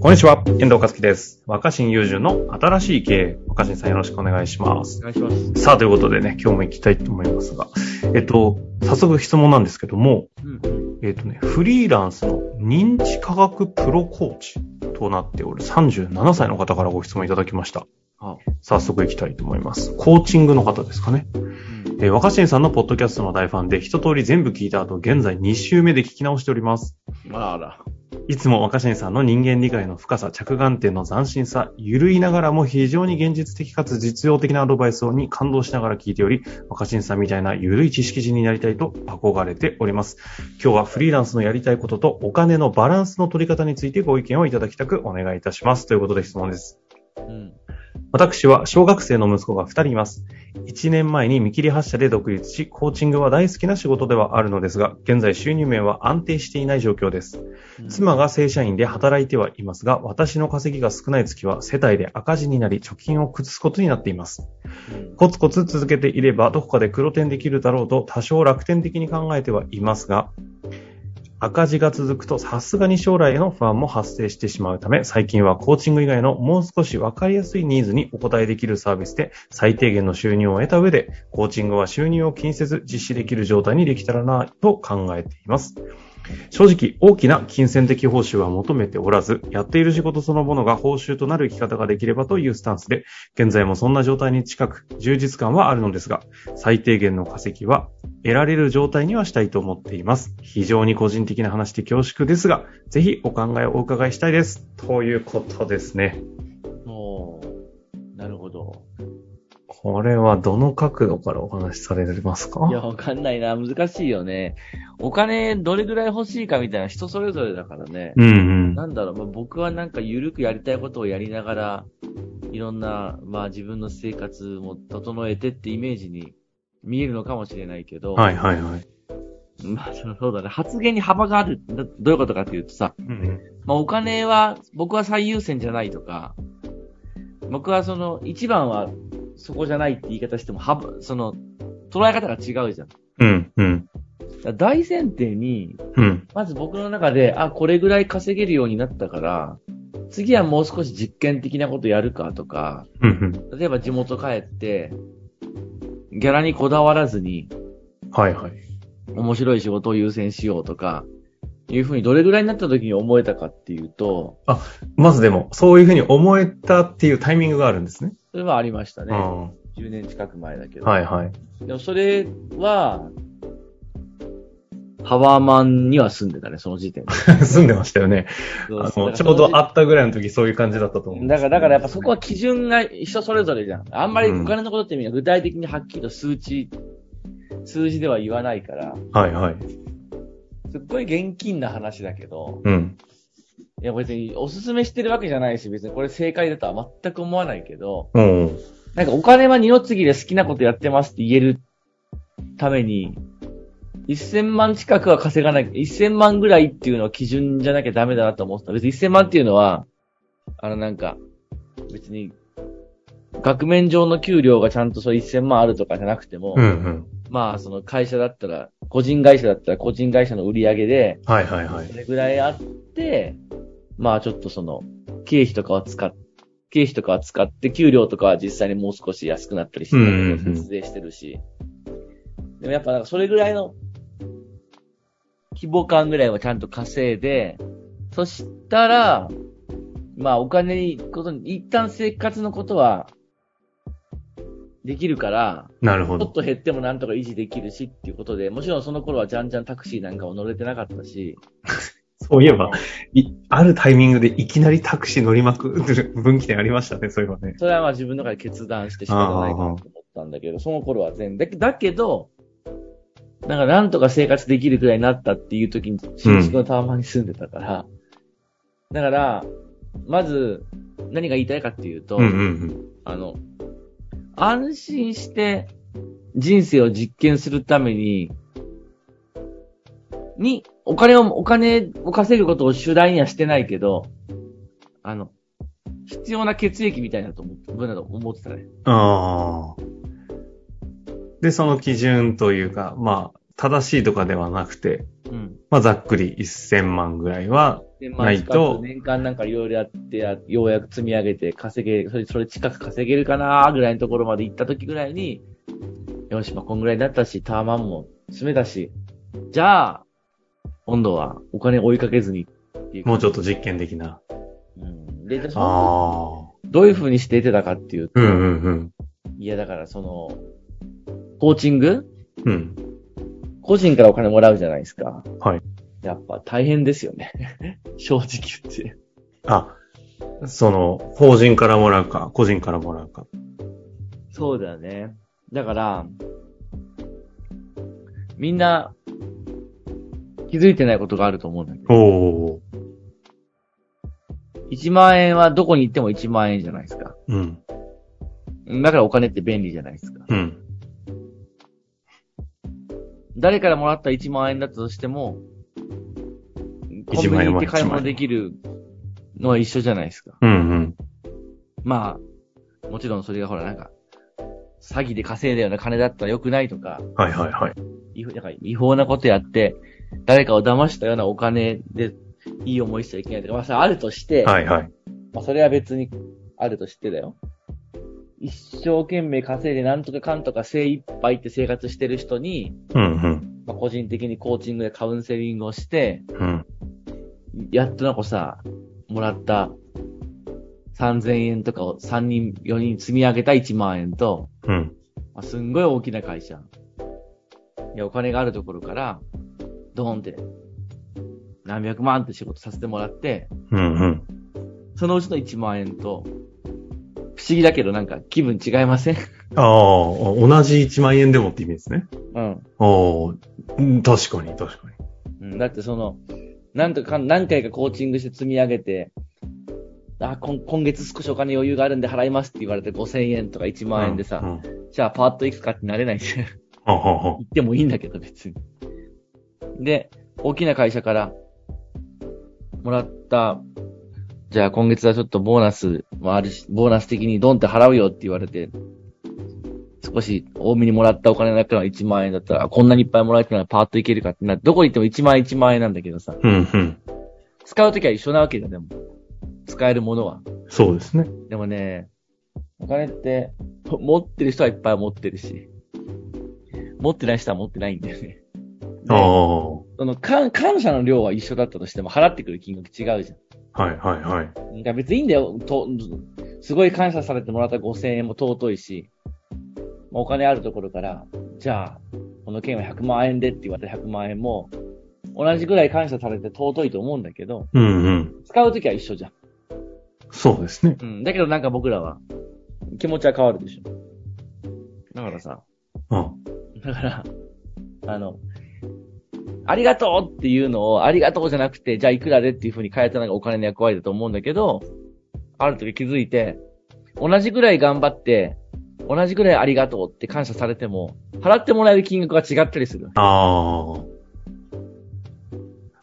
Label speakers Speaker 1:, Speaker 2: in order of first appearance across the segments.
Speaker 1: こんにちは、遠藤和樹です。若新雄純の新しい経営。若新さんよろしくお願いします
Speaker 2: お。願いします。
Speaker 1: さあ、ということでね、今日も行きたいと思いますが、えっと、早速質問なんですけども、
Speaker 2: うん。
Speaker 1: えっとね、フリーランスの認知科学プロコーチとなっておる37歳の方からご質問いただきました。
Speaker 2: あ、
Speaker 1: 早速行きたいと思います。コーチングの方ですかね。
Speaker 2: うん。
Speaker 1: えー若新さんのポッドキャストの大ファンで、一通り全部聞いた後、現在2週目で聞き直しております。
Speaker 2: あらあら。
Speaker 1: いつも若新さんの人間理解の深さ、着眼点の斬新さ、ゆるいながらも非常に現実的かつ実用的なアドバイスをに感動しながら聞いており、若新さんみたいなゆるい知識人になりたいと憧れております。今日はフリーランスのやりたいこととお金のバランスの取り方についてご意見をいただきたくお願いいたします。ということで質問です。
Speaker 2: うん。
Speaker 1: 私は小学生の息子が2人います。1年前に見切り発車で独立し、コーチングは大好きな仕事ではあるのですが、現在収入面は安定していない状況です。妻が正社員で働いてはいますが、私の稼ぎが少ない月は世帯で赤字になり、貯金を崩すことになっています。
Speaker 2: うん。
Speaker 1: コツコツ続けていれば、どこかで黒点できるだろうと多少楽天的に考えてはいますが、赤字が続くとさすがに将来への不安も発生してしまうため、最近はコーチング以外のもう少しわかりやすいニーズにお応えできるサービスで最低限の収入を得た上で、コーチングは収入を気にせず実施できる状態にできたらなと考えています。正直、大きな金銭的報酬は求めておらず、やっている仕事そのものが報酬となる生き方ができればというスタンスで、現在もそんな状態に近く、充実感はあるのですが、最低限の稼ぎは得られる状態にはしたいと思っています。非常に個人的な話で恐縮ですが、ぜひお考えをお伺いしたいです。ということですね。
Speaker 2: もう、なるほど。
Speaker 1: これはどの角度からお話しされますか
Speaker 2: いや、わかんないな。難しいよね。お金どれぐらい欲しいかみたいな人それぞれだからね。
Speaker 1: うんうん。
Speaker 2: なんだろう、まあ、僕はなんか緩くやりたいことをやりながら、いろんな、まあ自分の生活も整えてってイメージに見えるのかもしれないけど、
Speaker 1: はいはいはい。
Speaker 2: まあそのそうだね、発言に幅がある。だどういうことかっていうとさ、
Speaker 1: うん
Speaker 2: まあ、お金は、僕は最優先じゃないとか、僕はその、一番はそこじゃないって言い方しても、はぶ、その、捉え方が違うじゃん。だか
Speaker 1: うん。うん
Speaker 2: ら大前提に、
Speaker 1: うん。うん。
Speaker 2: まず僕の中で、あ、これぐらい稼げるようになったから、次はもう少し実験的なことやるかとか、
Speaker 1: うん。
Speaker 2: 例えば地元帰って、ギャラにこだわらずに、
Speaker 1: はいはい。
Speaker 2: 面白い仕事を優先しようとか、いうふうにどれぐらいになった時に思えたかっていうと、
Speaker 1: まずでも、そういうふうに思えたっていうタイミングがあるんですね。
Speaker 2: それはありましたね。
Speaker 1: うん
Speaker 2: 10年近く前だけど。
Speaker 1: はいはい。
Speaker 2: でもそれは、タワーマンには住んでたね、その時点で。
Speaker 1: 住んでましたよね。あのちょうど
Speaker 2: あ
Speaker 1: 会ったぐらいの時そういう感じだったと思う。
Speaker 2: だから、だからやっぱそこは基準が人それぞれじゃん。あんまりお金のことってみんな具体的にはっきりと数値、数字では言わないから、
Speaker 1: はいはい。
Speaker 2: すっごい現金な話だけど、
Speaker 1: うん。
Speaker 2: いや別におすすめしてるわけじゃないし、別にこれ正解だとは全く思わないけど、
Speaker 1: おー
Speaker 2: なんかお金は二の次で好きなことやってますって言えるために、1000万近くは稼がなきゃ、1000万ぐらいっていうのは基準じゃなきゃダメだなと思ってた。別に1000万っていうのは、あのなんか、別に、額面上の給料がちゃんとそう1000万あるとかじゃなくても、
Speaker 1: うんうん。
Speaker 2: まあその会社だったら、個人会社だったら個人会社の売り上げで、
Speaker 1: はいはいはい
Speaker 2: そ。れぐらいあって、まあちょっとその、経費とかは使っ、経費とかは使って、給料とかは実際にもう少し安くなったりして、
Speaker 1: うんうんうん
Speaker 2: 節税してるし。でもやっぱなんかそれぐらいの、規模感ぐらいはちゃんと稼いで、そしたら、まあお金に、ことに、一旦生活のことは、できるから、
Speaker 1: なるほ
Speaker 2: ちょっ
Speaker 1: ど。
Speaker 2: と減ってもなんとか維持できるしっていうことで、もちろんその頃はじゃんじゃんタクシーなんかも乗れてなかったし、
Speaker 1: そういえば、いあるタイミングでいきなりタクシー乗りまくる分岐点ありましたね、そういえばね。
Speaker 2: それはまあ自分の中で決断して仕方ないかなと思ったんだけど、その頃は全然。だけだけど、なんかなんとか生活できるくらいになったっていう時に新宿のタワマンに住んでたから、だから、まず何が言いたいかっていうと、
Speaker 1: うんうん
Speaker 2: あの、安心して人生を実験するために、に、お金を、お金を稼ぐことを主題にはしてないけど、あの、必要な血液みたいなと思って、分だと思ってたね。
Speaker 1: うん。ああ。で、その基準というか、まあ、正しいとかではなくて、
Speaker 2: うん。
Speaker 1: まあ、ざっくり1000万ぐらいは
Speaker 2: で、まあ、
Speaker 1: ないと
Speaker 2: 年間なんかいろいろやってや、ようやく積み上げて稼げ、それ、それ近く稼げるかなぐらいのところまで行った時ぐらいに、よし、まあ、こんぐらいだったし、タワマンも詰めたし、じゃあ、今度はお金追いかけずにっていう。
Speaker 1: もうちょっと実験的な。
Speaker 2: うん。で、じゃあその
Speaker 1: ああ。
Speaker 2: どういう風にして出てたかっていうと、
Speaker 1: うんうんうん。
Speaker 2: いや、だからその、コーチング
Speaker 1: うん。
Speaker 2: 個人からお金もらうじゃないですか。
Speaker 1: はい。
Speaker 2: やっぱ大変ですよね。 正直言って。
Speaker 1: あ、その、法人からもらうか、個人からもらうか。
Speaker 2: そうだよね。だから、みんな、気づいてないことがあると思うんだけど。
Speaker 1: おー。
Speaker 2: 1万円はどこに行っても1万円じゃないですか。
Speaker 1: うん。
Speaker 2: だからお金って便利じゃないですか。
Speaker 1: うん。
Speaker 2: 誰からもらった1万円だったとしても、コンビニ行って買い物できるのは一緒じゃないですか。
Speaker 1: うんうん。
Speaker 2: まあ、もちろんそれがほらなんか、詐欺で稼いだような金だったら良くないとか、
Speaker 1: はいはいはい。
Speaker 2: 違法なんか違法なことやって、誰かを騙したようなお金でいい思いしちゃいけないとか、まあそれあるとして、
Speaker 1: はいはい。
Speaker 2: まあそれは別にあるとしてだよ。一生懸命稼いでなんとかかんとか精一杯って生活してる人に、
Speaker 1: うん
Speaker 2: まあ、個人的にコーチングでカウンセリングをして、
Speaker 1: うん。うん。
Speaker 2: やっとなんかさ、もらった3000円とかを3人、4人積み上げた1万円と、
Speaker 1: うん。
Speaker 2: まあ、すんごい大きな会社。いや、お金があるところから、ドーンって、何百万って仕事させてもらって、
Speaker 1: うんうん。
Speaker 2: そのうちの1万円と、不思議だけどなんか気分違いません
Speaker 1: ああ、同じ1万円でもって意味ですね。
Speaker 2: うん。
Speaker 1: ああ、うん確かに確かに。
Speaker 2: うんだってその、なんとかかん、何回かコーチングして積み上げて、あ、今今月少しお金余裕があるんで払いますって言われて5000円とか1万円でさ、
Speaker 1: うんうん
Speaker 2: じゃあパーッといくかってなれないじゃん
Speaker 1: ははは
Speaker 2: 行ってもいいんだけど、別に。で、大きな会社から、もらった、じゃあ今月はちょっとボーナスもあるし、ボーナス的にドンって払うよって言われて、少し多めにもらったお金の中の1万円だったら、あこんなにいっぱいもらえたらパーッといけるかってな、どこに行っても1万円1万円なんだけどさ、
Speaker 1: うんうん。
Speaker 2: 使うときは一緒なわけだ、でも。使えるものは。
Speaker 1: そうですね。
Speaker 2: でもね、お金って、ほ持ってる人はいっぱい持ってるし、持ってない人は持ってないんだよね。
Speaker 1: ああ、
Speaker 2: で
Speaker 1: は
Speaker 2: その感感謝の量は一緒だったとしても払ってくる金額違うじゃ
Speaker 1: いはいはい。
Speaker 2: ん。だから別にいいんだよ。とすごい感謝されてもらった5000円も尊いし、まあお金あるところから、じゃあ、この件は100万円でって言われた100万円も、同じぐらい感謝されて尊いと思うんだけど、
Speaker 1: うんうん。
Speaker 2: 使うときは一緒じゃん。
Speaker 1: そうですね。
Speaker 2: うん。だけどなんか僕らは、気持ちは変わるでしょ。だからさ、
Speaker 1: あ
Speaker 2: だから、あの、ありがとうっていうのを、ありがとうじゃなくて、じゃあいくらでっていう風に変えたのがお金の役割だと思うんだけど、ある時気づいて、同じぐらい頑張って、同じぐらいありがとうって感謝されても、払ってもらえる金額が違ったりする。
Speaker 1: ああ。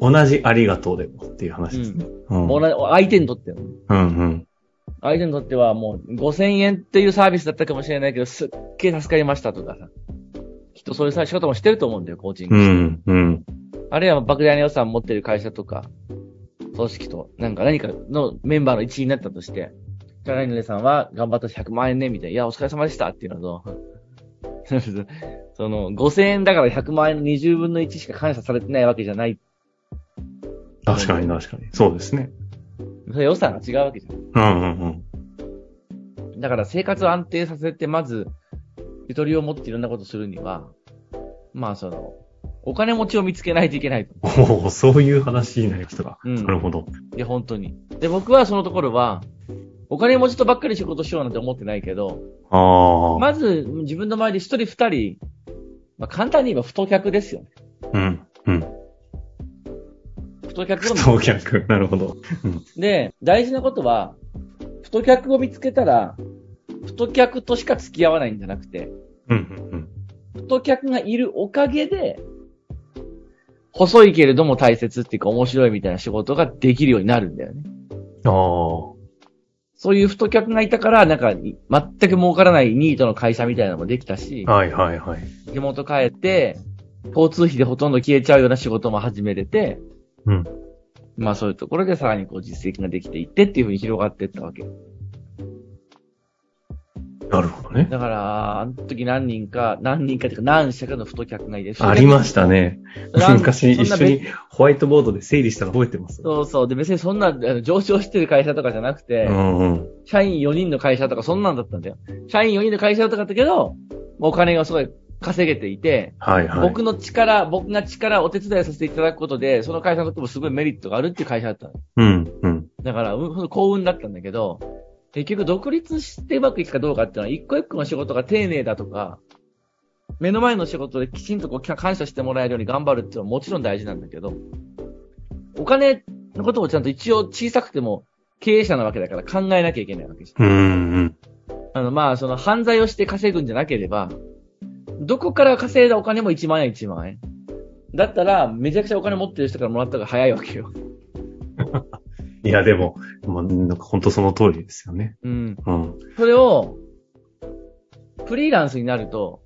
Speaker 1: 同じありがとうでもっていう話ですね。うん。
Speaker 2: 同じ相手にとってはね
Speaker 1: うんうん。
Speaker 2: 相手にとってはもう5000円っていうサービスだったかもしれないけど、すっげえ助かりましたとかさ。きっとそういう仕事もしてると思うんだよ、コーチング
Speaker 1: う
Speaker 2: して。
Speaker 1: んうん。
Speaker 2: あるいは莫大な予算持ってる会社とか、組織と、なんか何かのメンバーの一員になったとして、じゃあ、ライネさんは頑張ったし100万円ね、みたいな。いや、お疲れ様でしたっていうのと、 その、5000円だから100万円の20分の1しか感謝されてないわけじゃない。
Speaker 1: 確かに確かに。そうですね。
Speaker 2: それ予算が違うわけじゃ
Speaker 1: うんうんうん。
Speaker 2: ん。だから生活を安定させて、まず、ゆとりを持っていろんなことするには、まあその、お金持ちを見つけないといけないと。
Speaker 1: おお、そういう話になりましたか。
Speaker 2: うん
Speaker 1: なるほど。
Speaker 2: いや、本当に。で、僕はそのところは、お金持ちとばっかり仕事しようなんて思ってないけど、
Speaker 1: ああ。
Speaker 2: まず自分の周りで一人二人、まあ、簡単に言えば太客ですよね。
Speaker 1: うん。うん。
Speaker 2: 太客を見つ
Speaker 1: 当客。なるほど。
Speaker 2: で、大事なことは、太客を見つけたら、太客としか付き合わないんじゃなくて、
Speaker 1: うん
Speaker 2: 太客がいるおかげで、細いけれども大切っていうか面白いみたいな仕事ができるようになるんだよね。
Speaker 1: うんうん。ああ。
Speaker 2: そういう太客がいたから、なんか、全く儲からないニートの会社みたいなのもできたし、
Speaker 1: はいはいはい。
Speaker 2: 地元帰って、交通費でほとんど消えちゃうような仕事も始めれて、
Speaker 1: うん
Speaker 2: まあそういうところでさらにこう実績ができていってっていうふうに広がっていったわけ。
Speaker 1: なるほどね。
Speaker 2: だから、あの時何人か、何人かというか何社かの太客がいて、
Speaker 1: ありましたね。
Speaker 2: なん
Speaker 1: 昔
Speaker 2: そん
Speaker 1: 一
Speaker 2: な
Speaker 1: 緒にホワイトボードで整理したの覚えてます。
Speaker 2: そうそう。で、別にそんな、あの上昇してる会社とかじゃなくて、
Speaker 1: うんうん。
Speaker 2: 社員4人の会社とかそんなんだったんだよ。社員4人の会社とかだったけど、もうお金がすごい稼げていて、
Speaker 1: はいはい。
Speaker 2: 僕の力、僕が力をお手伝いさせていただくことで、その会社にとってもすごいメリットがあるっていう会社だったの。
Speaker 1: うんうん。
Speaker 2: だから、うんほんと幸運だったんだけど、結局独立してうまくいくかどうかっていうのは、一個一個の仕事が丁寧だとか、目の前の仕事できちんとこう感謝してもらえるように頑張るっていうのはもちろん大事なんだけど、お金のこともちゃんと一応小さくても経営者なわけだから考えなきゃいけないわけじゃん
Speaker 1: うんうん。
Speaker 2: あの、まあ、その犯罪をして稼ぐんじゃなければ、どこから稼いだお金も1万円1万円。だったら、めちゃくちゃお金持ってる人からもらった方が早いわけよ。
Speaker 1: いやでも、もうなんか本当その通りですよね。
Speaker 2: うん。
Speaker 1: うん。
Speaker 2: それを、フリーランスになると、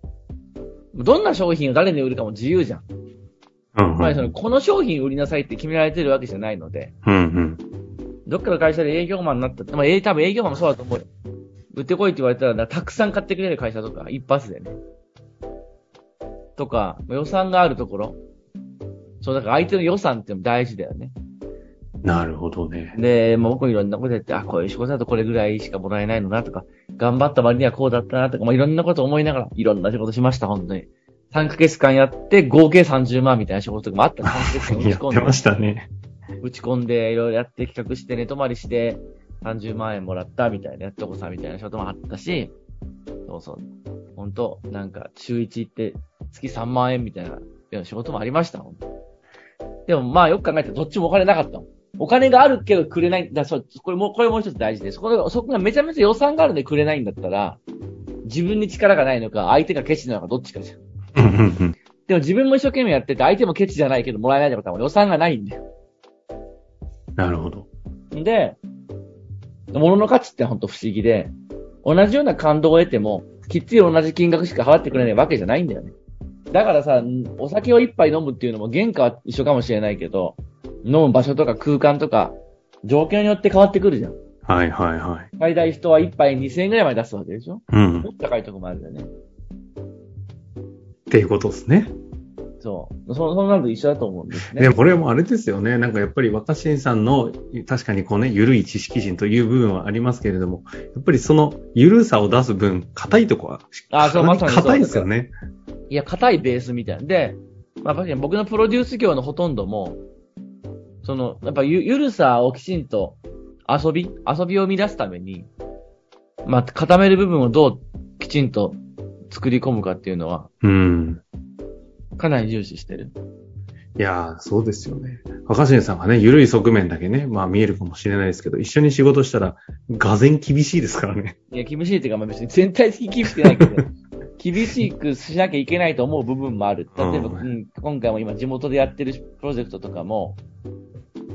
Speaker 2: どんな商品を誰に売るかも自由じゃん。
Speaker 1: うん、
Speaker 2: ま
Speaker 1: う
Speaker 2: りそ
Speaker 1: ん。
Speaker 2: の、この商品売りなさいって決められてるわけじゃないので、
Speaker 1: うん
Speaker 2: どっかの会社で営業マンになったって、まあ、え多分営業マンもそうだと思うよ。売ってこいって言われたら、たくさん買ってくれる会社とか、一発でね。とか、予算があるところ。そう、だから相手の予算ってのも大事だよね。
Speaker 1: うん。なるほどね。
Speaker 2: で、まあ、僕もいろんなことやって、あ、こういう仕事だとこれぐらいしかもらえないのなとか、頑張った割にはこうだったなとか、まあ、いろんなこと思いながら、いろんな仕事しました、本当に。3ヶ月間やって、合計30万みたいな仕事とかもあったの。3ヶ月間
Speaker 1: やっ
Speaker 2: 打ち込ん
Speaker 1: て
Speaker 2: で
Speaker 1: ま。したね。
Speaker 2: 打ち込んで、いろいろやって企画して、寝泊まりして、30万円もらったみたいな、やっとこさみたいな仕事もあったし、そうそう。ほんと、なんか、週1行って、月3万円みたいな、ような仕事もありました、ほんと。でも、まあ、よく考えたら、どっちもお金なかったもん。お金があるけどくれない、だそう、これも、これもう一つ大事で、そこが、そこがめちゃめちゃ予算があるんでくれないんだったら、自分に力がないのか、相手がケチなのか、どっちかじゃん。
Speaker 1: うんうんうん。
Speaker 2: でも自分も一生懸命やってて、相手もケチじゃないけど、もらえないってことは予算がないんだよ
Speaker 1: なるほど。
Speaker 2: で、物の価値ってほんと不思議で、同じような感動を得ても、きっちり同じ金額しか払ってくれないわけじゃないんだよね。だからさ、お酒を一杯飲むっていうのも原価は一緒かもしれないけど、飲む場所とか空間とか、状況によって変わってくるじゃん。
Speaker 1: はいはいはい。
Speaker 2: 最大人は一杯2000円ぐらいまで出すわけでしょ
Speaker 1: うん。
Speaker 2: もっと高いとこもあるんだよね。
Speaker 1: っていうことですね。
Speaker 2: そう。そ、そんなのと一緒だと思うんですね。
Speaker 1: でもこれもあれですよね。なんかやっぱり若新さんの確かにこうね、緩い知識人という部分はありますけれども、やっぱりその緩さを出す分、硬いとこは、
Speaker 2: あそうまさにそう
Speaker 1: 硬いですよね。
Speaker 2: いや、硬いベースみたいな。で、まあ、確かに僕のプロデュース業のほとんども、その、やっぱゆ、ゆるさをきちんと遊び、遊びを生み出すために、まあ、固める部分をどうきちんと作り込むかっていうのは、
Speaker 1: うん。
Speaker 2: かなり重視してる。
Speaker 1: いやー、そうですよね。若新さんがね、緩い側面だけね、まあ見えるかもしれないですけど、一緒に仕事したら、がぜん厳しいですからね。
Speaker 2: いや、厳しいっていうか、まあ、別に全体的に厳しくな いけど、厳しくしなきゃいけないと思う部分もある。例えば、
Speaker 1: うん
Speaker 2: うん、今回も今地元でやってるプロジェクトとかも、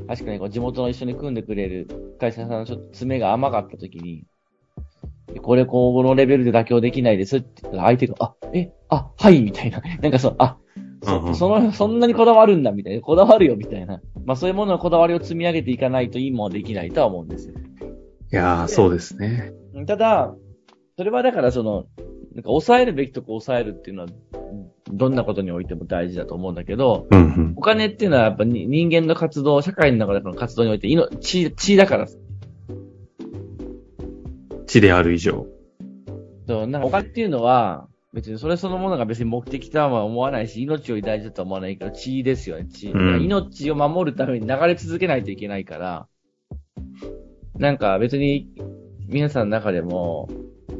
Speaker 2: 確かにこう地元の一緒に組んでくれる会社さんのちょっと詰めが甘かった時に、これこのレベルで妥協できないですって言ったら相手が、あ、え、あ、はい、みたいな。なんかそう、あ、そ,、
Speaker 1: うんうん
Speaker 2: その、そんなにこだわるんだ、みたいな。こだわるよ、みたいな。まあそういうもののこだわりを積み上げていかないといいものはできないとは思うんですよ。
Speaker 1: いやー、そうですね。
Speaker 2: ただ、それはだからその、なんか抑えるべきとこ抑えるっていうのは、どんなことにおいても大事だと思うんだけど、
Speaker 1: うんうん。
Speaker 2: お金っていうのはやっぱに人間の活動、社会の中での活動において命、血、血だから。
Speaker 1: 地である以上。
Speaker 2: そうなんかお金っていうのは、別にそれそのものが別に目的とは思わないし、命より大事だとは思わないから、血ですよね、血。
Speaker 1: うん
Speaker 2: 命を守るために流れ続けないといけないから、なんか別に、皆さんの中でも、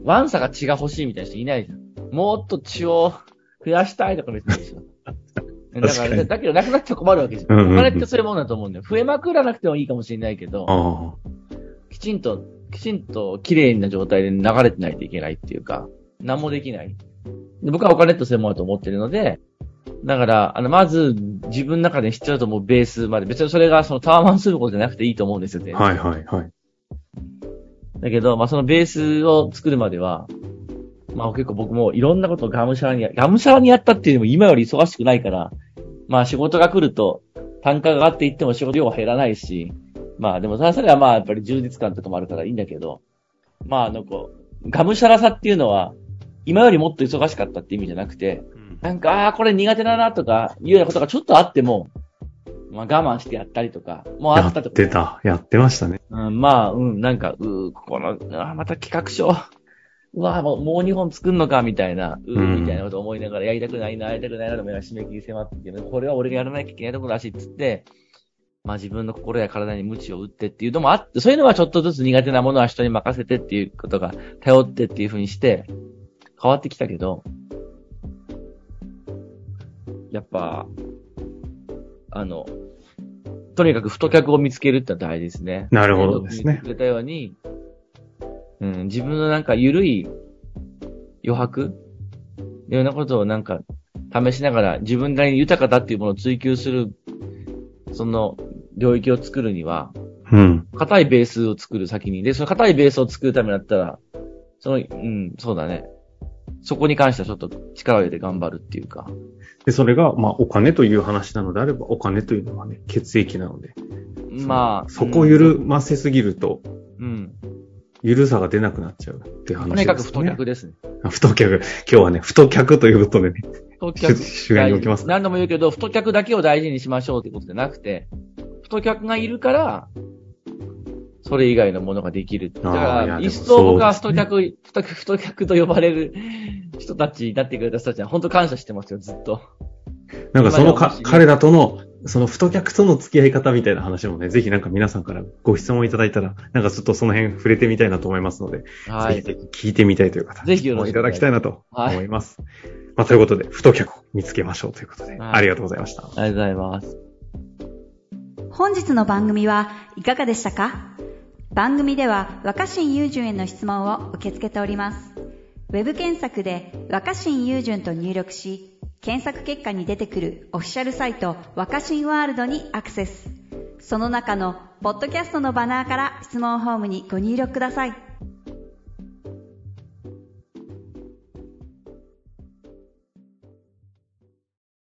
Speaker 2: ワンサが血が欲しいみたいな人いないじゃん。もっと血を増やしたいとか別にいいで しょ。だか、
Speaker 1: 確からに
Speaker 2: だけどなくなっちゃ困るわけじゃ
Speaker 1: うんうんうん
Speaker 2: ん。お金ってそういうもんだと思うんだよ。増えまくらなくてもいいかもしれないけど、
Speaker 1: あ
Speaker 2: きちんと、きちんと綺麗な状態で流れてないといけないっていうか、何もできない。で僕はお金とそういうものだと思ってるので、だから、あの、まず、自分の中で必要だと思うベースまで、別にそれがそのタワマンすることじゃなくていいと思うんですよね。
Speaker 1: あ。はいはいはい。
Speaker 2: だけど、まあ、そのベースを作るまでは、まあ、結構僕もいろんなことをがむしゃらにや、がむしゃらにやったっていうのも今より忙しくないから、まあ、仕事が来ると、単価が上がっていっても仕事量は減らないし、まあでもそれはそれはまあやっぱり充実感とかもあるからいいんだけど、まああのこう、がむしゃらさっていうのは、今よりもっと忙しかったって意味じゃなくて、
Speaker 1: うん
Speaker 2: なんか、ああー、これ苦手だなとか、いうようなことがちょっとあっても、まあ我慢してやったりとか、もうあ
Speaker 1: や
Speaker 2: った
Speaker 1: っ
Speaker 2: とか。
Speaker 1: てた。やってましたね。
Speaker 2: うん、まあ、うん、なんか、うー、ここの、あーまた企画書。 うわーもう、もう2本作んのか、みたいな、う
Speaker 1: う
Speaker 2: ー、
Speaker 1: ん
Speaker 2: みたいなこと思いながら、やりたくないな、やりたくないな、でも締め切り迫ってて、これは俺がやらなきゃいけないところだし、つって、まあ自分の心や体に鞭を打ってっていうのもあって、そういうのはちょっとずつ苦手なものは人に任せてっていうことが、頼ってっていうふうにして、変わってきたけど、やっぱ、あの、とにかく太客を見つけるってのは大事ですね。
Speaker 1: なるほどですね
Speaker 2: 言ってくれたように、うん、自分のなんか緩い余白いろんなことをなんか試しながら自分なりに豊かだっていうものを追求する、その領域を作るには、
Speaker 1: うん。
Speaker 2: 硬いベースを作る先に。で、その硬いベースを作るためだったら、その、うん、そうだね。そこに関してはちょっと力を入れて頑張るっていうか。
Speaker 1: で、それが、まあ、お金という話なのであれば、お金というのはね、血液なので。
Speaker 2: まあ。
Speaker 1: そこを緩ませすぎると、
Speaker 2: うん。
Speaker 1: ゆるさが出なくなっちゃうっていう
Speaker 2: と
Speaker 1: 話
Speaker 2: に
Speaker 1: です、ね。
Speaker 2: かく太客ですね。
Speaker 1: あ。太客。今日はね、太客ということでね、
Speaker 2: 太客。
Speaker 1: 主演に置きます。
Speaker 2: 何度も言うけど、太客だけを大事にしましょうってことじゃなくて、太客がいるから、それ以外のものができる。だか
Speaker 1: あーいや
Speaker 2: ら、
Speaker 1: でも
Speaker 2: 一層僕は
Speaker 1: そ
Speaker 2: 太
Speaker 1: うです
Speaker 2: 客、太客、太客と呼ばれる人たちになってくれた人たちは本当感謝してますよ、ずっと。
Speaker 1: なんかそのか
Speaker 2: 今では面白い
Speaker 1: 彼らとの、その太客との付き合い方みたいな話もね、ぜひなんか皆さんからご質問いただいたら、なんかちょっとその辺触れてみたいなと思いますので、
Speaker 2: は
Speaker 1: ぜひ。
Speaker 2: い
Speaker 1: ぜひ聞いてみたいという方、
Speaker 2: ぜひよろしく
Speaker 1: お
Speaker 2: お
Speaker 1: 願
Speaker 2: 願
Speaker 1: い
Speaker 2: い
Speaker 1: い
Speaker 2: した
Speaker 1: だきた
Speaker 2: ます
Speaker 1: いなと
Speaker 2: はい
Speaker 1: 思います。まあ、ということで、太客を見つけましょうということで、
Speaker 2: はい
Speaker 1: ありがとうございました。
Speaker 2: ありがとうございます。
Speaker 3: 本日の番組はいかがでしたか番組では若新雄純への質問を受け付けております。ウェブ検索で若新雄純と入力し、検索結果に出てくるオフィシャルサイト若新ワールドにアクセス。その中のポッドキャストのバナーから質問フォームにご入力ください。